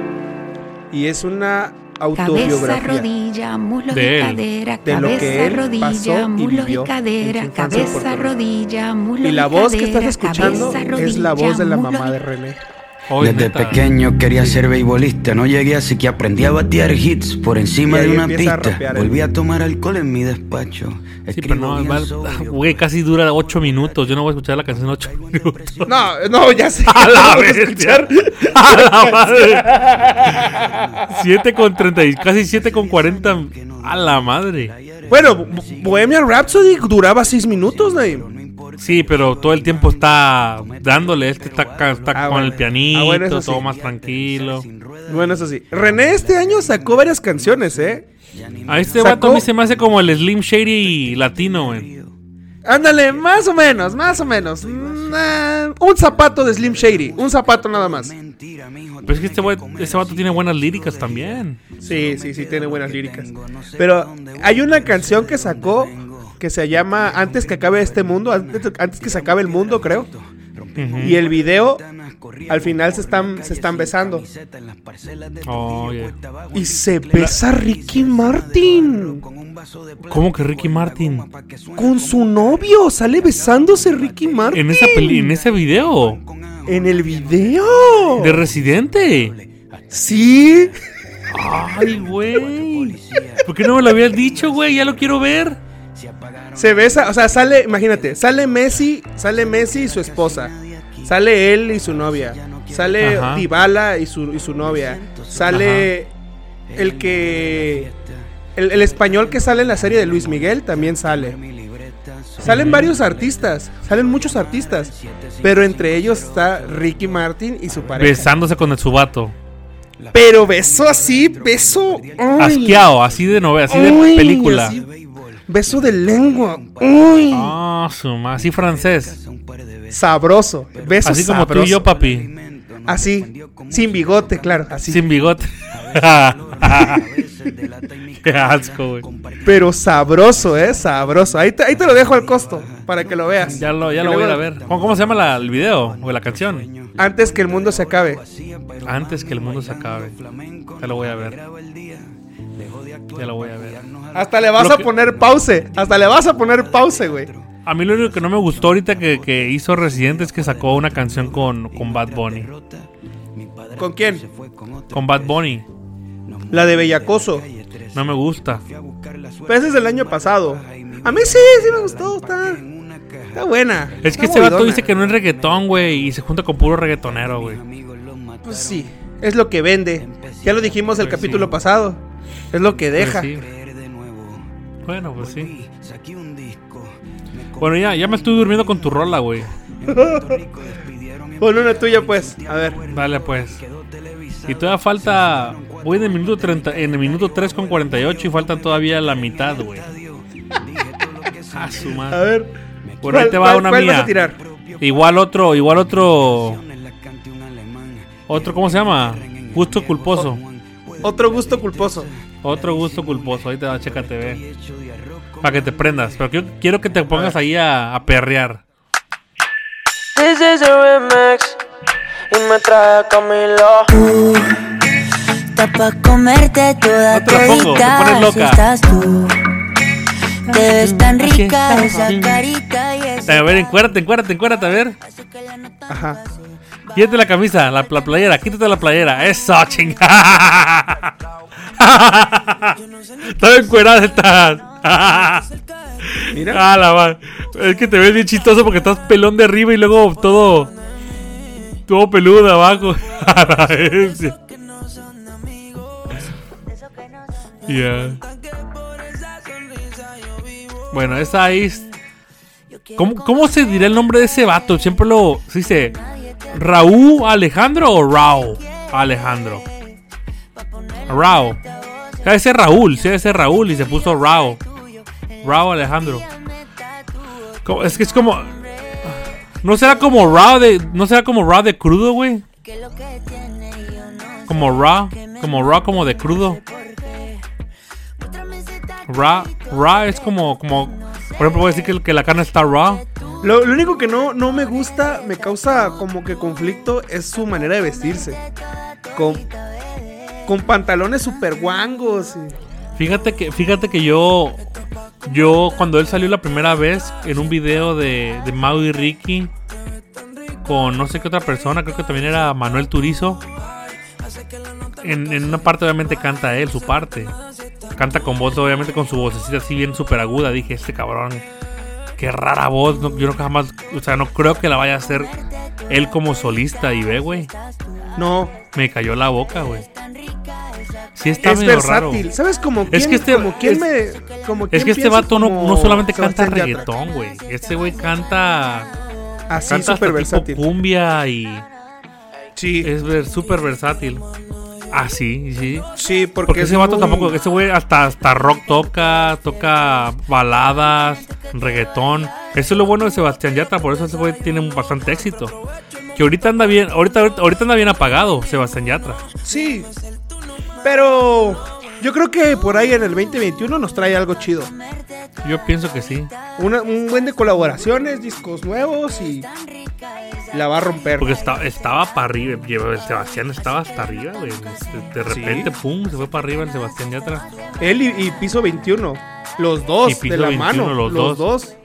y es una Cabeza, autobiografía. rodilla, muslo De y él. cadera, De lo que cabeza, él pasó y rodilla, muslo vivió y en su cadera, infancia en Puerto cabeza, Rico. rodilla, muslo Y y la voz que estás cadera, escuchando cabeza, es la voz de la rodilla, mamá muslo de y- René. Hoy, Desde neta. pequeño quería ser beisbolista, no llegué así que aprendí a batear hits por encima Y ahí de una empieza a pista. rapear él. Volví a tomar alcohol en mi despacho. Sí, pero Escribo no, ah, bien va- sobrio, pues. güey, casi dura 8 minutos. Yo no voy a escuchar la canción 8 minutos. No, no, ya sé. A no la voy a bestia. escuchar. A la madre. 7 con 30, y casi 7 con 40. A la madre. Bueno, Bo- Bohemian Rhapsody duraba seis minutos, Naim. Sí, pero todo el tiempo está dándole. Este está, ca- está Ah, con bueno. el pianito, Ah, bueno, eso sí. todo más tranquilo. Bueno, eso sí. René este año sacó varias canciones, ¿eh? A este Sacó- vato a mí se me hace como el Slim Shady latino, güey. Ándale, más o menos, más o menos. Mm, ah, un zapato de Slim Shady, un zapato nada más. Pero es que este, güey- este vato tiene buenas líricas también. Sí, sí, sí, tiene buenas líricas. Pero hay una canción que sacó que se llama Antes que acabe este mundo, antes, antes que se acabe el mundo, creo. Y el video, al final se están, se están besando. Oh, yeah. Y se besa Ricky Martin. ¿Cómo que Ricky Martin? Con su novio, sale besándose Ricky Martin. En, esa peli- en ese video. En el video. De Residente. Sí. Ay, güey. ¿Por qué no me lo habías dicho, güey? Ya lo quiero ver. Se besa, o sea, sale, imagínate, sale Messi, sale Messi y su esposa. Sale él y su novia. Sale Ajá. Dybala y su, y su novia. Sale el que el, el español que sale en la serie de Luis Miguel también sale. Salen varios artistas, salen muchos artistas, pero entre ellos está Ricky Martin y su pareja. Besándose con el subato. Pero beso así, beso, ay, Asqueado, así de novela, así de Uy, película. así- beso de lengua, uy, Ah, su ma- así francés. sabroso, beso Así como tú y yo, sabroso. papi. Así, sin bigote, claro, así. Sin bigote. Qué asco, güey. Pero sabroso, eh, sabroso. Ahí te, ahí te lo dejo al costo para que lo veas. Ya lo, ya Y lo voy a ir a luego- ver. ¿Cómo, cómo se llama la- el video o la canción? Antes que el mundo se acabe. Antes que el mundo se acabe. Ya lo voy a ver. Ya lo voy a ver. Hasta le vas Lo a que- poner pause. Hasta le vas a poner pause, güey. A mí lo único que no me gustó ahorita que, que hizo Residente es que sacó una canción con, con Bad Bunny. ¿Con quién? Con Bad Bunny. La de Bellacoso. No me gusta. Pero ese es del año pasado. A mí sí, sí me gustó. Está, está buena. Es que Está eh. este vato movidona. dice que no es reggaetón, güey. Y se junta con puro reggaetonero, güey. Pues sí, es lo que vende. Ya lo dijimos el Pues sí. capítulo pasado. Es lo que Pues deja. sí. Bueno, pues sí. Bueno, ya, ya me estoy durmiendo con tu rola, güey. Pon una tuya, pues. A ver. Dale, pues. Y todavía falta. Voy en el minuto 30, en el minuto 3 con 48 y faltan todavía la mitad, güey. A su A madre. ver. Bueno, ahí te va ¿Cuál- una cuál mía. vas a tirar? Igual otro, igual otro. Otro, ¿cómo se llama? Gusto culposo. Otro gusto culposo. Otro gusto culposo. Ahí te va, chécate, ve. Para que te prendas. Pero quiero, quiero que te pongas ahí a, a perrear. This is a remix y me trae a Camilo. Está pa' comerte toda No te la pongo, te todita, pones si loca. estás tú. Te ves tan Así rica está. esa carita y ese A ver, encuérate, encuérate, encuérate, a ver. paso que la nota Ajá. Quítate la camisa, la, la playera, quítate la playera. Eso, chingada. Estaba encuerada estás. Mira. Ah, la va. Es que te ves bien chistoso porque estás pelón de arriba y luego todo. Todo peludo de abajo. A la bestia. Ya. Bueno, esa es. ¿Cómo, ¿Cómo se dirá el nombre de ese vato? Siempre lo. Se dice. Raúl Alejandro o Raúl Alejandro. Raúl. Debe ser Raúl, sí, debe ser Raúl y se puso Raúl. Raúl Alejandro. Co- Es que es como. No será como Raw de. No será como Raw de crudo, güey. Como Raw. Como Raw como de crudo. Raw. Raw es como. como por ejemplo, voy a decir que, que la carne está raw. Lo, lo único que no, no me gusta, me causa como que conflicto, es su manera de vestirse. Con, con pantalones super guangos. y- Fíjate que, fíjate que yo. Yo, cuando él salió la primera vez en un video de, de Mau y Ricky. Con no sé qué otra persona, creo que también era Manuel Turizo. En, en una parte, obviamente, canta él su parte. Canta con voz, obviamente, con su vocecita así bien súper aguda. Dije, este cabrón, qué rara voz. no- yo no jamás, o sea, no creo que la vaya a hacer él como solista. Y ve, güey, No, me cayó la boca, güey. Sí, está es medio versátil. raro. ¿Sabes como quién, que este- como quién es- me como Es quién que este pienso vato no, como no solamente canta Sebastián Yatra? reggaetón, güey. Este güey canta, Así canta súper hasta tipo versátil. cumbia y Sí, es ver- súper versátil. Ah, sí, sí. sí, porque, Porque, ese es vato muy- tampoco, ese güey hasta, hasta rock toca, toca baladas, reggaetón. Eso es lo bueno de Sebastián Yatra, por eso ese güey tiene un- bastante éxito. Que ahorita anda bien, ahorita, ahorita, ahorita anda bien apagado Sebastián Yatra. Sí. Pero yo creo que por ahí en el 2021 nos trae algo chido. Yo pienso que sí. Una- un buen de colaboraciones, discos nuevos y la va a romper. Porque esta- estaba para arriba, lleva- el Sebastián estaba hasta arriba, güey. De- De repente, pum, se fue para arriba el Sebastián Yatra. Él y, y Piso 21. Los Y dos Piso de la 21, mano. los Los, dos.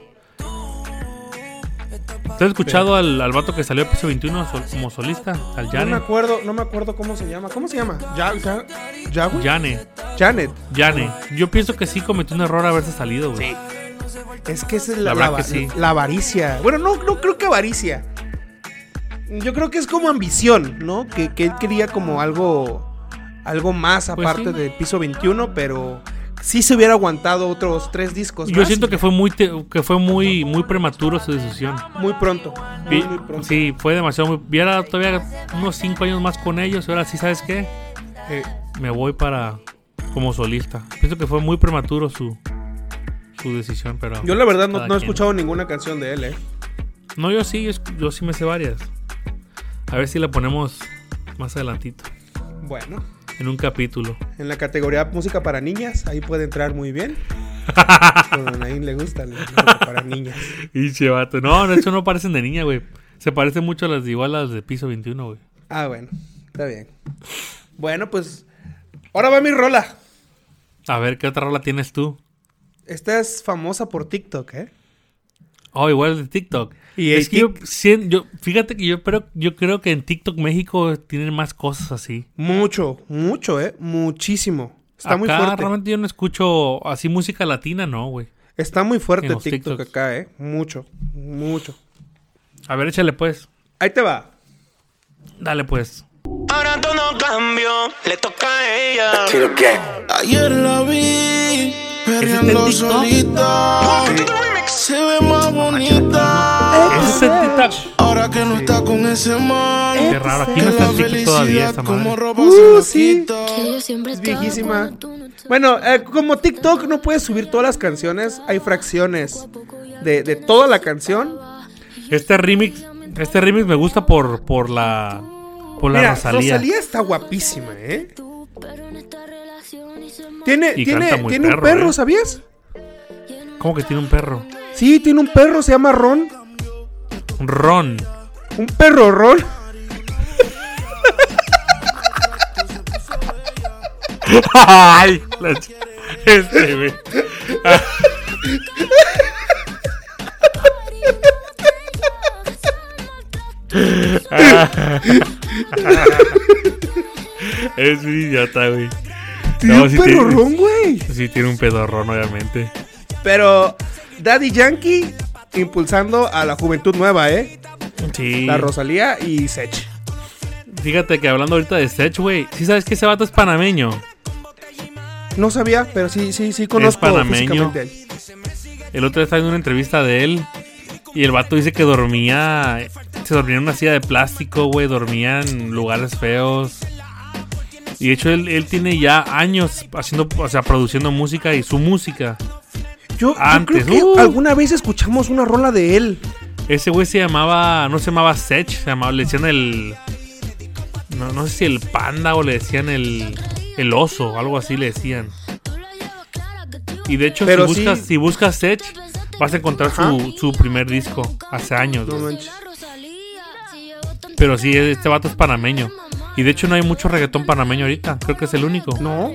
¿Te has escuchado al, al vato que salió a piso 21 sol- como solista? Al No me Jane. acuerdo, no me acuerdo cómo se llama. ¿Cómo se llama? Ya, ya, ya, güey? Jane. Janet. Jane. Yo pienso que sí cometió un error haberse salido, güey. Es que esa es La la, verdad la- que sí. la avaricia. Bueno, no, no creo que avaricia. Yo creo que es como ambición, ¿no? Que, que él quería como algo, algo más Pues aparte sí. de piso 21, pero sí se hubiera aguantado otros tres discos. Yo más. siento que fue muy te- que fue muy muy prematuro su decisión. Muy pronto. Muy, Vi- muy pronto. sí, fue demasiado. Muy, viera todavía unos 5 años más con ellos. Y ahora sí, ¿sabes qué? Eh, Me voy para como solista. Pienso que fue muy prematuro su, su decisión, pero. yo la verdad no, cada no he quien. escuchado ninguna canción de él, ¿eh? No, yo sí, yo, escu- yo sí me sé varias. A ver si la ponemos más adelantito. Bueno, En un capítulo. en la categoría música para niñas, ahí puede entrar muy bien. Bueno, a Nain le gusta la música para niñas. Y vato. No, de hecho no parecen de niña, güey. Se parece mucho a las de igual a las de piso 21, güey. Ah, bueno, está bien. Bueno, pues ahora va mi rola. A ver, ¿qué otra rola tienes tú? Esta es famosa por TikTok, ¿eh? Oh, igual de TikTok. Y es el que yo, sien- yo- fíjate que yo pero yo creo que en TikTok México tienen más cosas así. Mucho, mucho, ¿eh? Muchísimo. Está muy Acá fuerte. realmente yo no escucho así música latina, no, güey. Está muy fuerte en el los TikTok TikToks. acá, ¿eh? Mucho, mucho. A ver, échale pues. Ahí te va. Dale pues. Ahora todo no cambió, le toca a ella. Ayer la vi está perreando en este TikTok? solita. Se ve más bonita. Ese es el TikTok. Ahora que no está con ese man. Qué raro, aquí que ¿Eh? no está la en TikTok todavía felicidad esa como madre. ropa se Uh, la sí. quita. Es viejísima. Bueno, eh, como TikTok no puedes subir todas las canciones, hay fracciones de, de toda la canción. Este remix, este remix me gusta por por la por la Mira, Rosalía. Rosalía está guapísima, ¿eh? Tiene, Y tiene, canta muy tiene un perro, perro, ¿eh? ¿sabías? ¿Cómo que tiene un perro? Sí, tiene un perro, se llama Ron. Ron. Un perro Ron. Ay, la ch- este güey. es un idiota, güey. Tiene No, un sí perro tiene- Ron, güey. Sí, tiene un pedorrón, obviamente. Pero Daddy Yankee impulsando a la juventud nueva, ¿eh? Sí. La Rosalía y Sech. Fíjate que hablando ahorita de Sech, güey. Sí sabes que ese vato es panameño. No sabía, pero sí, sí, sí conozco panameño. físicamente a él. El otro día estaba en una entrevista de él. Y el vato dice que dormía. Se dormía en una silla de plástico, güey. Dormía en lugares feos. Y de hecho, él, él tiene ya años haciendo, o sea, produciendo música y su música. Yo, yo Antes, creo que uh. alguna vez escuchamos una rola de él. Ese güey se llamaba. No se llamaba Sech, se llamaba, le decían el. No, no sé si el panda o le decían el. El oso, algo así le decían. Y de hecho, Pero si, sí. buscas, si buscas Sech, vas a encontrar su, Ajá. su primer disco hace años. No güey. manches. Pero sí, este vato es panameño. Y de hecho no hay mucho reggaetón panameño ahorita. Creo que es el único. No.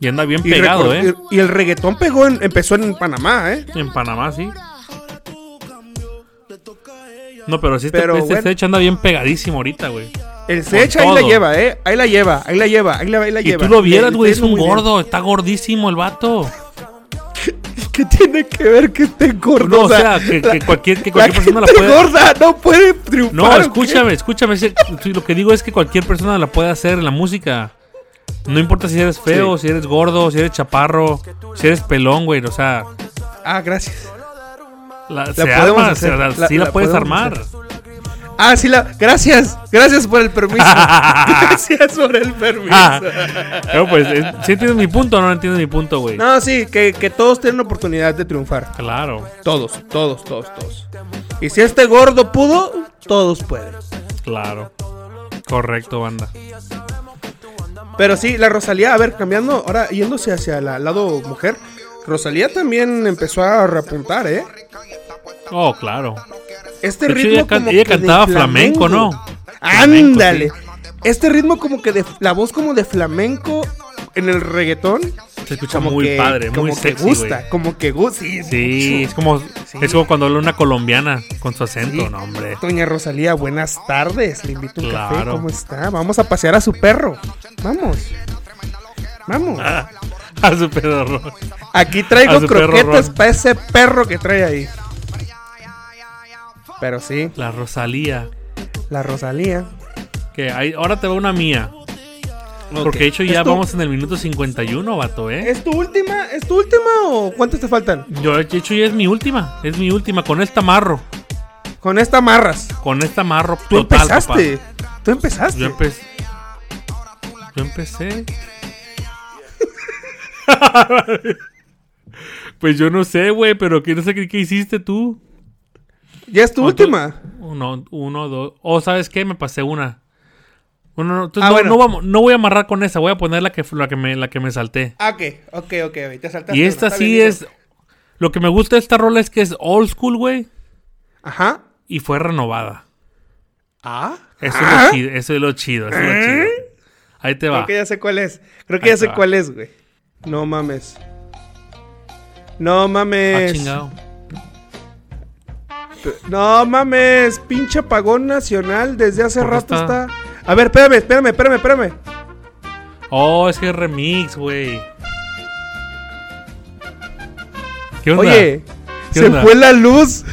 Y anda bien Y pegado, recor- ¿eh? Y, y el reggaetón pegó en- empezó en Panamá, ¿eh? En Panamá, sí. No, pero sí este, Pero, este bueno. Sech anda bien pegadísimo ahorita, güey. El Sech Con ahí la todo. lleva, ¿eh? Ahí la lleva, ahí la lleva, ahí la, ahí la Y lleva. tú lo vieras, Le- güey. le Es está un muy bien. gordo. Está gordísimo el vato. ¿Qué tiene que ver que esté gordo? No, o sea, que- que cualquier- que cualquier persona la gente puede- gorda no puede triunfar. No, ¿o qué? escúchame, escúchame. ese- sí, Lo que digo es que cualquier persona la puede hacer en la música. No importa si eres feo, si eres gordo, si eres chaparro, si eres pelón, güey. O sea, Ah, gracias. la, se podemos arma, hacer, se- la- la- sí la, la puedes podemos armar. Ah, sí, la... gracias. Gracias por el permiso. gracias por el Ah, permiso. no, pues, es- ¿sí entiendes mi punto o no entiendes mi punto, güey? No, sí, que, que todos tienen la oportunidad de triunfar. Claro, Todos, todos, todos, todos. Y si este gordo pudo, todos pueden. claro. Correcto, banda. Pero sí, la Rosalía, a ver, cambiando, ahora yéndose hacia la- el lado mujer, Rosalía también empezó a repuntar, ¿eh? Oh, claro. Este De hecho, ritmo ella can- como ella que de cantaba flamenco, ¿no? Ándale. Este ritmo como que de la voz como de flamenco en el reggaetón. Se escucha Como muy que, padre, como muy que sexy, gusta, güey. como que gusta. Sí, Sí, mucho. es como, Sí. es como cuando habla una colombiana con su acento, Sí. no, hombre. Doña Rosalía, buenas tardes. Le invito un café. Claro. ¿Cómo está? Vamos a pasear a su perro. Vamos. Vamos. A su pedorro. Aquí Ah. A traigo su perro croquetas Ron. para ese perro que trae ahí. Pero sí, La Rosalía. la Rosalía. Que hay- ahora te va una mía. Porque de hecho ya ¿Es tu- vamos en el minuto 51, vato, ¿eh? ¿Es tu última? ¿Es tu última o cuántas te faltan? Yo, de hecho ya es mi última. Es mi última. Con esta amarro. Con esta amarras. Con esta amarro Tú total, empezaste. papá. Tú empezaste. Yo empecé. Yo empecé. pues yo no sé, güey, pero que no sé qué, qué hiciste tú. ya es tu ¿O tú- última. Uno, uno, dos. Oh, ¿sabes qué? Me pasé una. Bueno, no, entonces Ah, no, bueno. no vamos- no voy a amarrar con esa, voy a poner la que, la que, me, la que me salté. Ah, ok, ok, ok. ok, Te saltaste. Y una, esta está sí bien, es. digo. Lo que me gusta de esta rola es que es old school, güey. Ajá. Y fue renovada. Ah. Eso Ah. es lo ¿Eh? chido, eso es lo chido, eso es lo chido. Ahí te va. Creo que ya sé cuál es. Creo que Ahí ya te sé va. cuál es, güey. No mames. No mames. Ah, chingado. No mames. Pinche apagón nacional. Desde hace ¿Por qué rato está? está... A ver, espérame, espérame, espérame, espérame. Oh, es que es remix, güey. ¿Qué onda? Oye, ¿Qué se onda? fue la luz.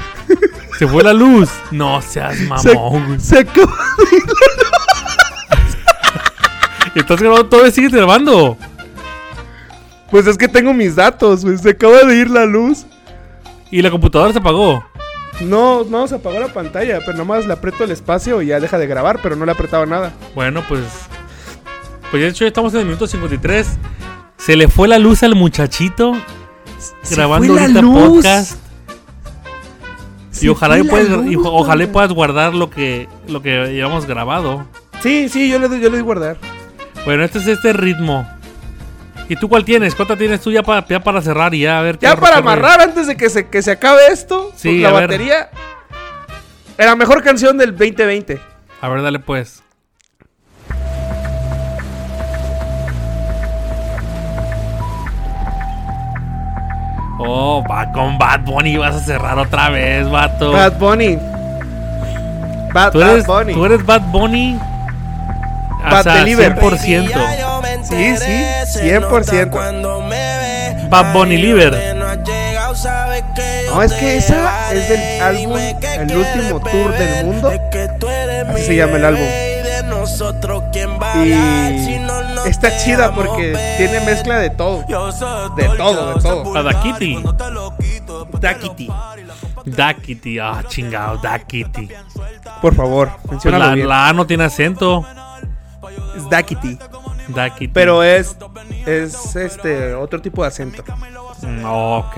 Se fue la luz. No seas mamón, güey. Se acabó. Estás grabando todo y sigues grabando. Pues es que tengo mis datos, güey. Se acaba de ir la luz. Y la computadora se apagó. No, no, se apagó la pantalla, pero nomás le aprieto el espacio y ya deja de grabar, pero no le apretaba nada. Bueno, pues. Pues de hecho, ya estamos en el minuto 53. Se le fue la luz al muchachito. Se grabando fue la ahorita luz. podcast. Se y ojalá, fue y la puedas, luz, y o- ojalá y cabrón. puedas guardar lo que, lo que llevamos grabado. Sí, sí, yo le doy, yo le doy guardar. Bueno, este es este ritmo. ¿Y tú cuál tienes? ¿Cuánta tienes tú ya para, ya para cerrar y ya a ver? qué Ya ro- para qué rollo? amarrar antes de que se, que se acabe esto, Sí, pues la a ver. batería. La mejor canción del 2020. A ver, dale pues. Oh, va con Bad Bunny vas a cerrar otra vez, vato. Bad Bunny. Bad, tú, eres, Bad Bunny. tú eres Bad Bunny. Bad Hasta Deliver. 100%. Sí, sí, 100%. Bad Bunny Liver. No, es que esa es del álbum El último tour del mundo. Así se llama el álbum. Y está chida porque tiene mezcla de todo. De todo, de todo. A Ah, Da Kitty. Da Kitty. Da Kitty. Ah, chingado, Da Kitty. Por favor, Pues menciónalo la, bien. la A no tiene acento. Es Da Kitty. Da Kitty. Pero es es este otro tipo de acento. Mm, ok.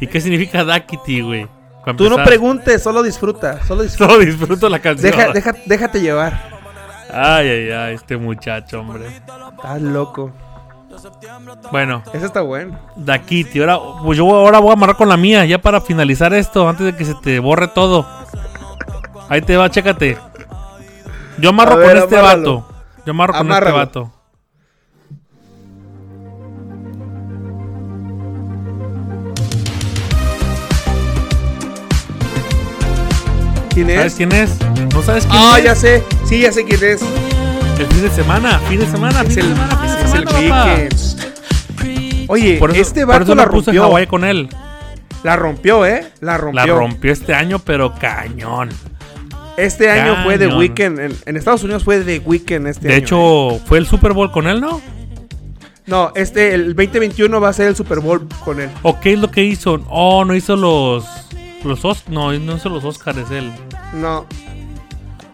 ¿Y qué significa Da Kitty, güey? Para Tú no empezar, preguntes, solo disfruta, solo disfruta. Solo disfruto la canción. Deja, deja- déjate llevar. Ay, ay, ay, este muchacho, hombre. Estás loco. Bueno, Ese está bueno. Da Kitty. Ahora, pues yo ahora voy a amarrar con la mía, ya para finalizar esto, antes de que se te borre todo. Ahí te va, chécate. Yo amarro A ver, con este amárralo. vato. Yo amarro con Amárralo. este vato. ¿Quién ¿Sabes es? quién es? ¿No sabes quién Ah, es? ya sé. Sí, ya sé quién es. El fin de semana, fin de semana, Es fin el, de semana, fin de es el semana, papá. Weeknd. Oye, Por eso, este por vato eso la me puse en rompió. Hawái con él. La rompió, ¿eh? La rompió. La rompió este año, pero cañón. Este año fue The Cañón. Weeknd. En, en Estados Unidos fue The Weeknd este De año. hecho, fue el Super Bowl con él, ¿no? No, este, el 2021 va a ser el Super Bowl con él. ¿O qué es lo que hizo? Oh, no hizo los. Los Os- no, no hizo los Oscars él. No.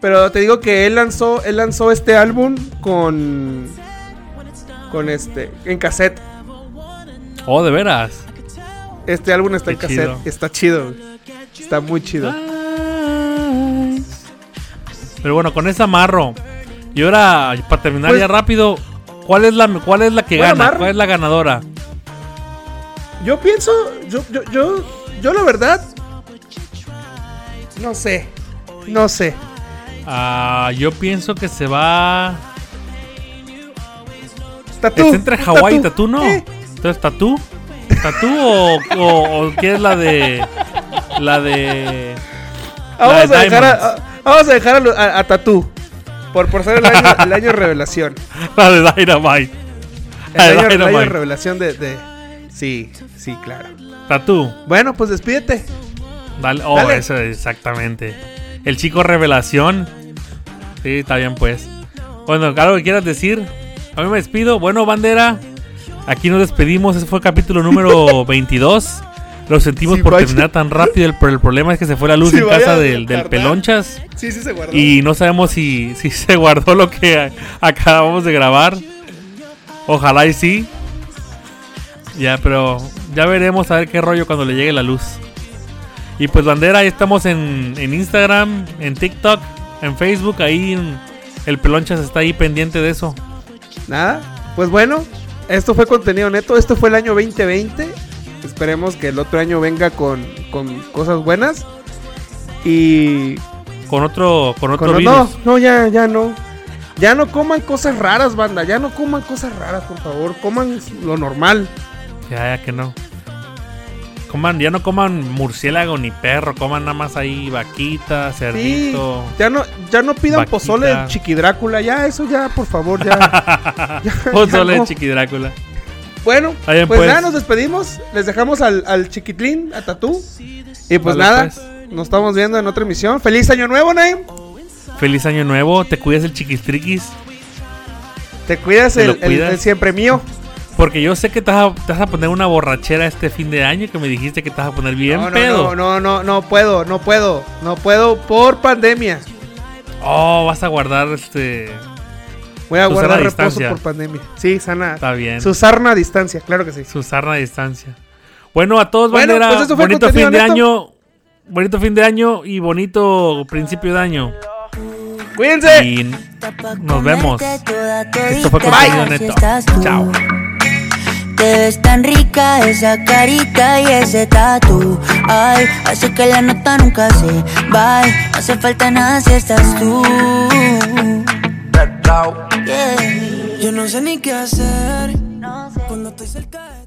Pero te digo que él lanzó, él lanzó este álbum con. Con este. En cassette. Oh, de veras. Este álbum está Qué en cassette. chido. Ah. Está chido. güey. Está muy chido. Pero bueno, con ese amarro. Y ahora, para terminar Pues- ya rápido, ¿cuál es la, cuál es la que Buen gana? amarro. ¿Cuál es la ganadora? Yo pienso. Yo, yo, yo, yo la verdad. No sé. No sé. Ah, yo pienso que se va. Tatú. Está entre Hawái y Tatú, ¿no? Eh, Entonces, ¿Tatú? ¿Tatú o, o, o qué es la de. La de. La vamos, de a dejar a, Diamonds. a- vamos a dejar a, lo- a- a Tatú. Por, por ser el año, el año revelación. La de Dynamite. El La de año, el año Dynamite. revelación de, de. Sí, sí, claro. Tatú. Bueno, pues despídete. Dale. Oh, Dale. eso, exactamente. El chico revelación. Sí, está bien, pues. Bueno, algo que quieras decir. A mí me despido. Bueno, bandera. Aquí nos despedimos. Ese fue el capítulo número 22. Lo sentimos Sí, por vaya. terminar tan rápido, el- pero el problema es que se fue la luz Sí, en vaya casa a del, del tardar. Pelonchas. Sí, sí se guardó. Y no sabemos si, si se guardó lo que a- acabamos de grabar. Ojalá y sí. Ya, pero ya veremos a ver qué rollo cuando le llegue la luz. Y pues bandera, ahí estamos en, en Instagram, en TikTok, en Facebook, ahí en- el pelonchas está ahí pendiente de eso. Nada, pues bueno, esto fue contenido neto, esto fue el año 2020. Esperemos que el otro año venga con, con cosas buenas. Y con otro, con otro Con- virus. no, no, ya, ya no. Ya no coman cosas raras, banda. Ya no coman cosas raras, por favor. Coman lo normal. Ya, ya que no. Coman, ya no coman murciélago ni perro, coman nada más ahí vaquita, Sí. cerdito. Ya no, ya no pidan Vaquita. pozole de chiquidrácula. Ya, eso ya, por favor, ya. ya, Pozole ya no. de chiquidrácula. Bueno, Está bien, pues, pues. nada, nos despedimos. Les dejamos al, al chiquitlín, a Tatú. Y pues Vale, nada, pues. nos estamos viendo en otra emisión. ¡Feliz Año Nuevo, Naim! Feliz año nuevo, te cuidas el chiquistriquis. Te cuidas, Te lo el, el- cuidas. el siempre mío. Porque yo sé que te vas, a, te vas a poner una borrachera este fin de año que me dijiste que te vas a poner bien No, pedo. no, no, no, no, no puedo, no puedo. No puedo por pandemia. Oh, vas a guardar este. Voy a tu guardar sana reposo distancia. por pandemia. Sí, sana. Está bien. Su sarna a distancia, claro que sí. Su sarna a distancia. Bueno, a todos, Bueno, bandera. pues eso fue el bonito fin contenido de neto. año. Bonito fin de año y bonito principio de año. Cuídense. Y nos vemos. Esto fue Bye. contenido neto. Chao. Te ves tan rica esa carita y ese tatu. Ay, hace que la nota nunca se vaya. No hace falta nada si estás tú. Yo no sé ni qué hacer cuando estoy cerca de ti.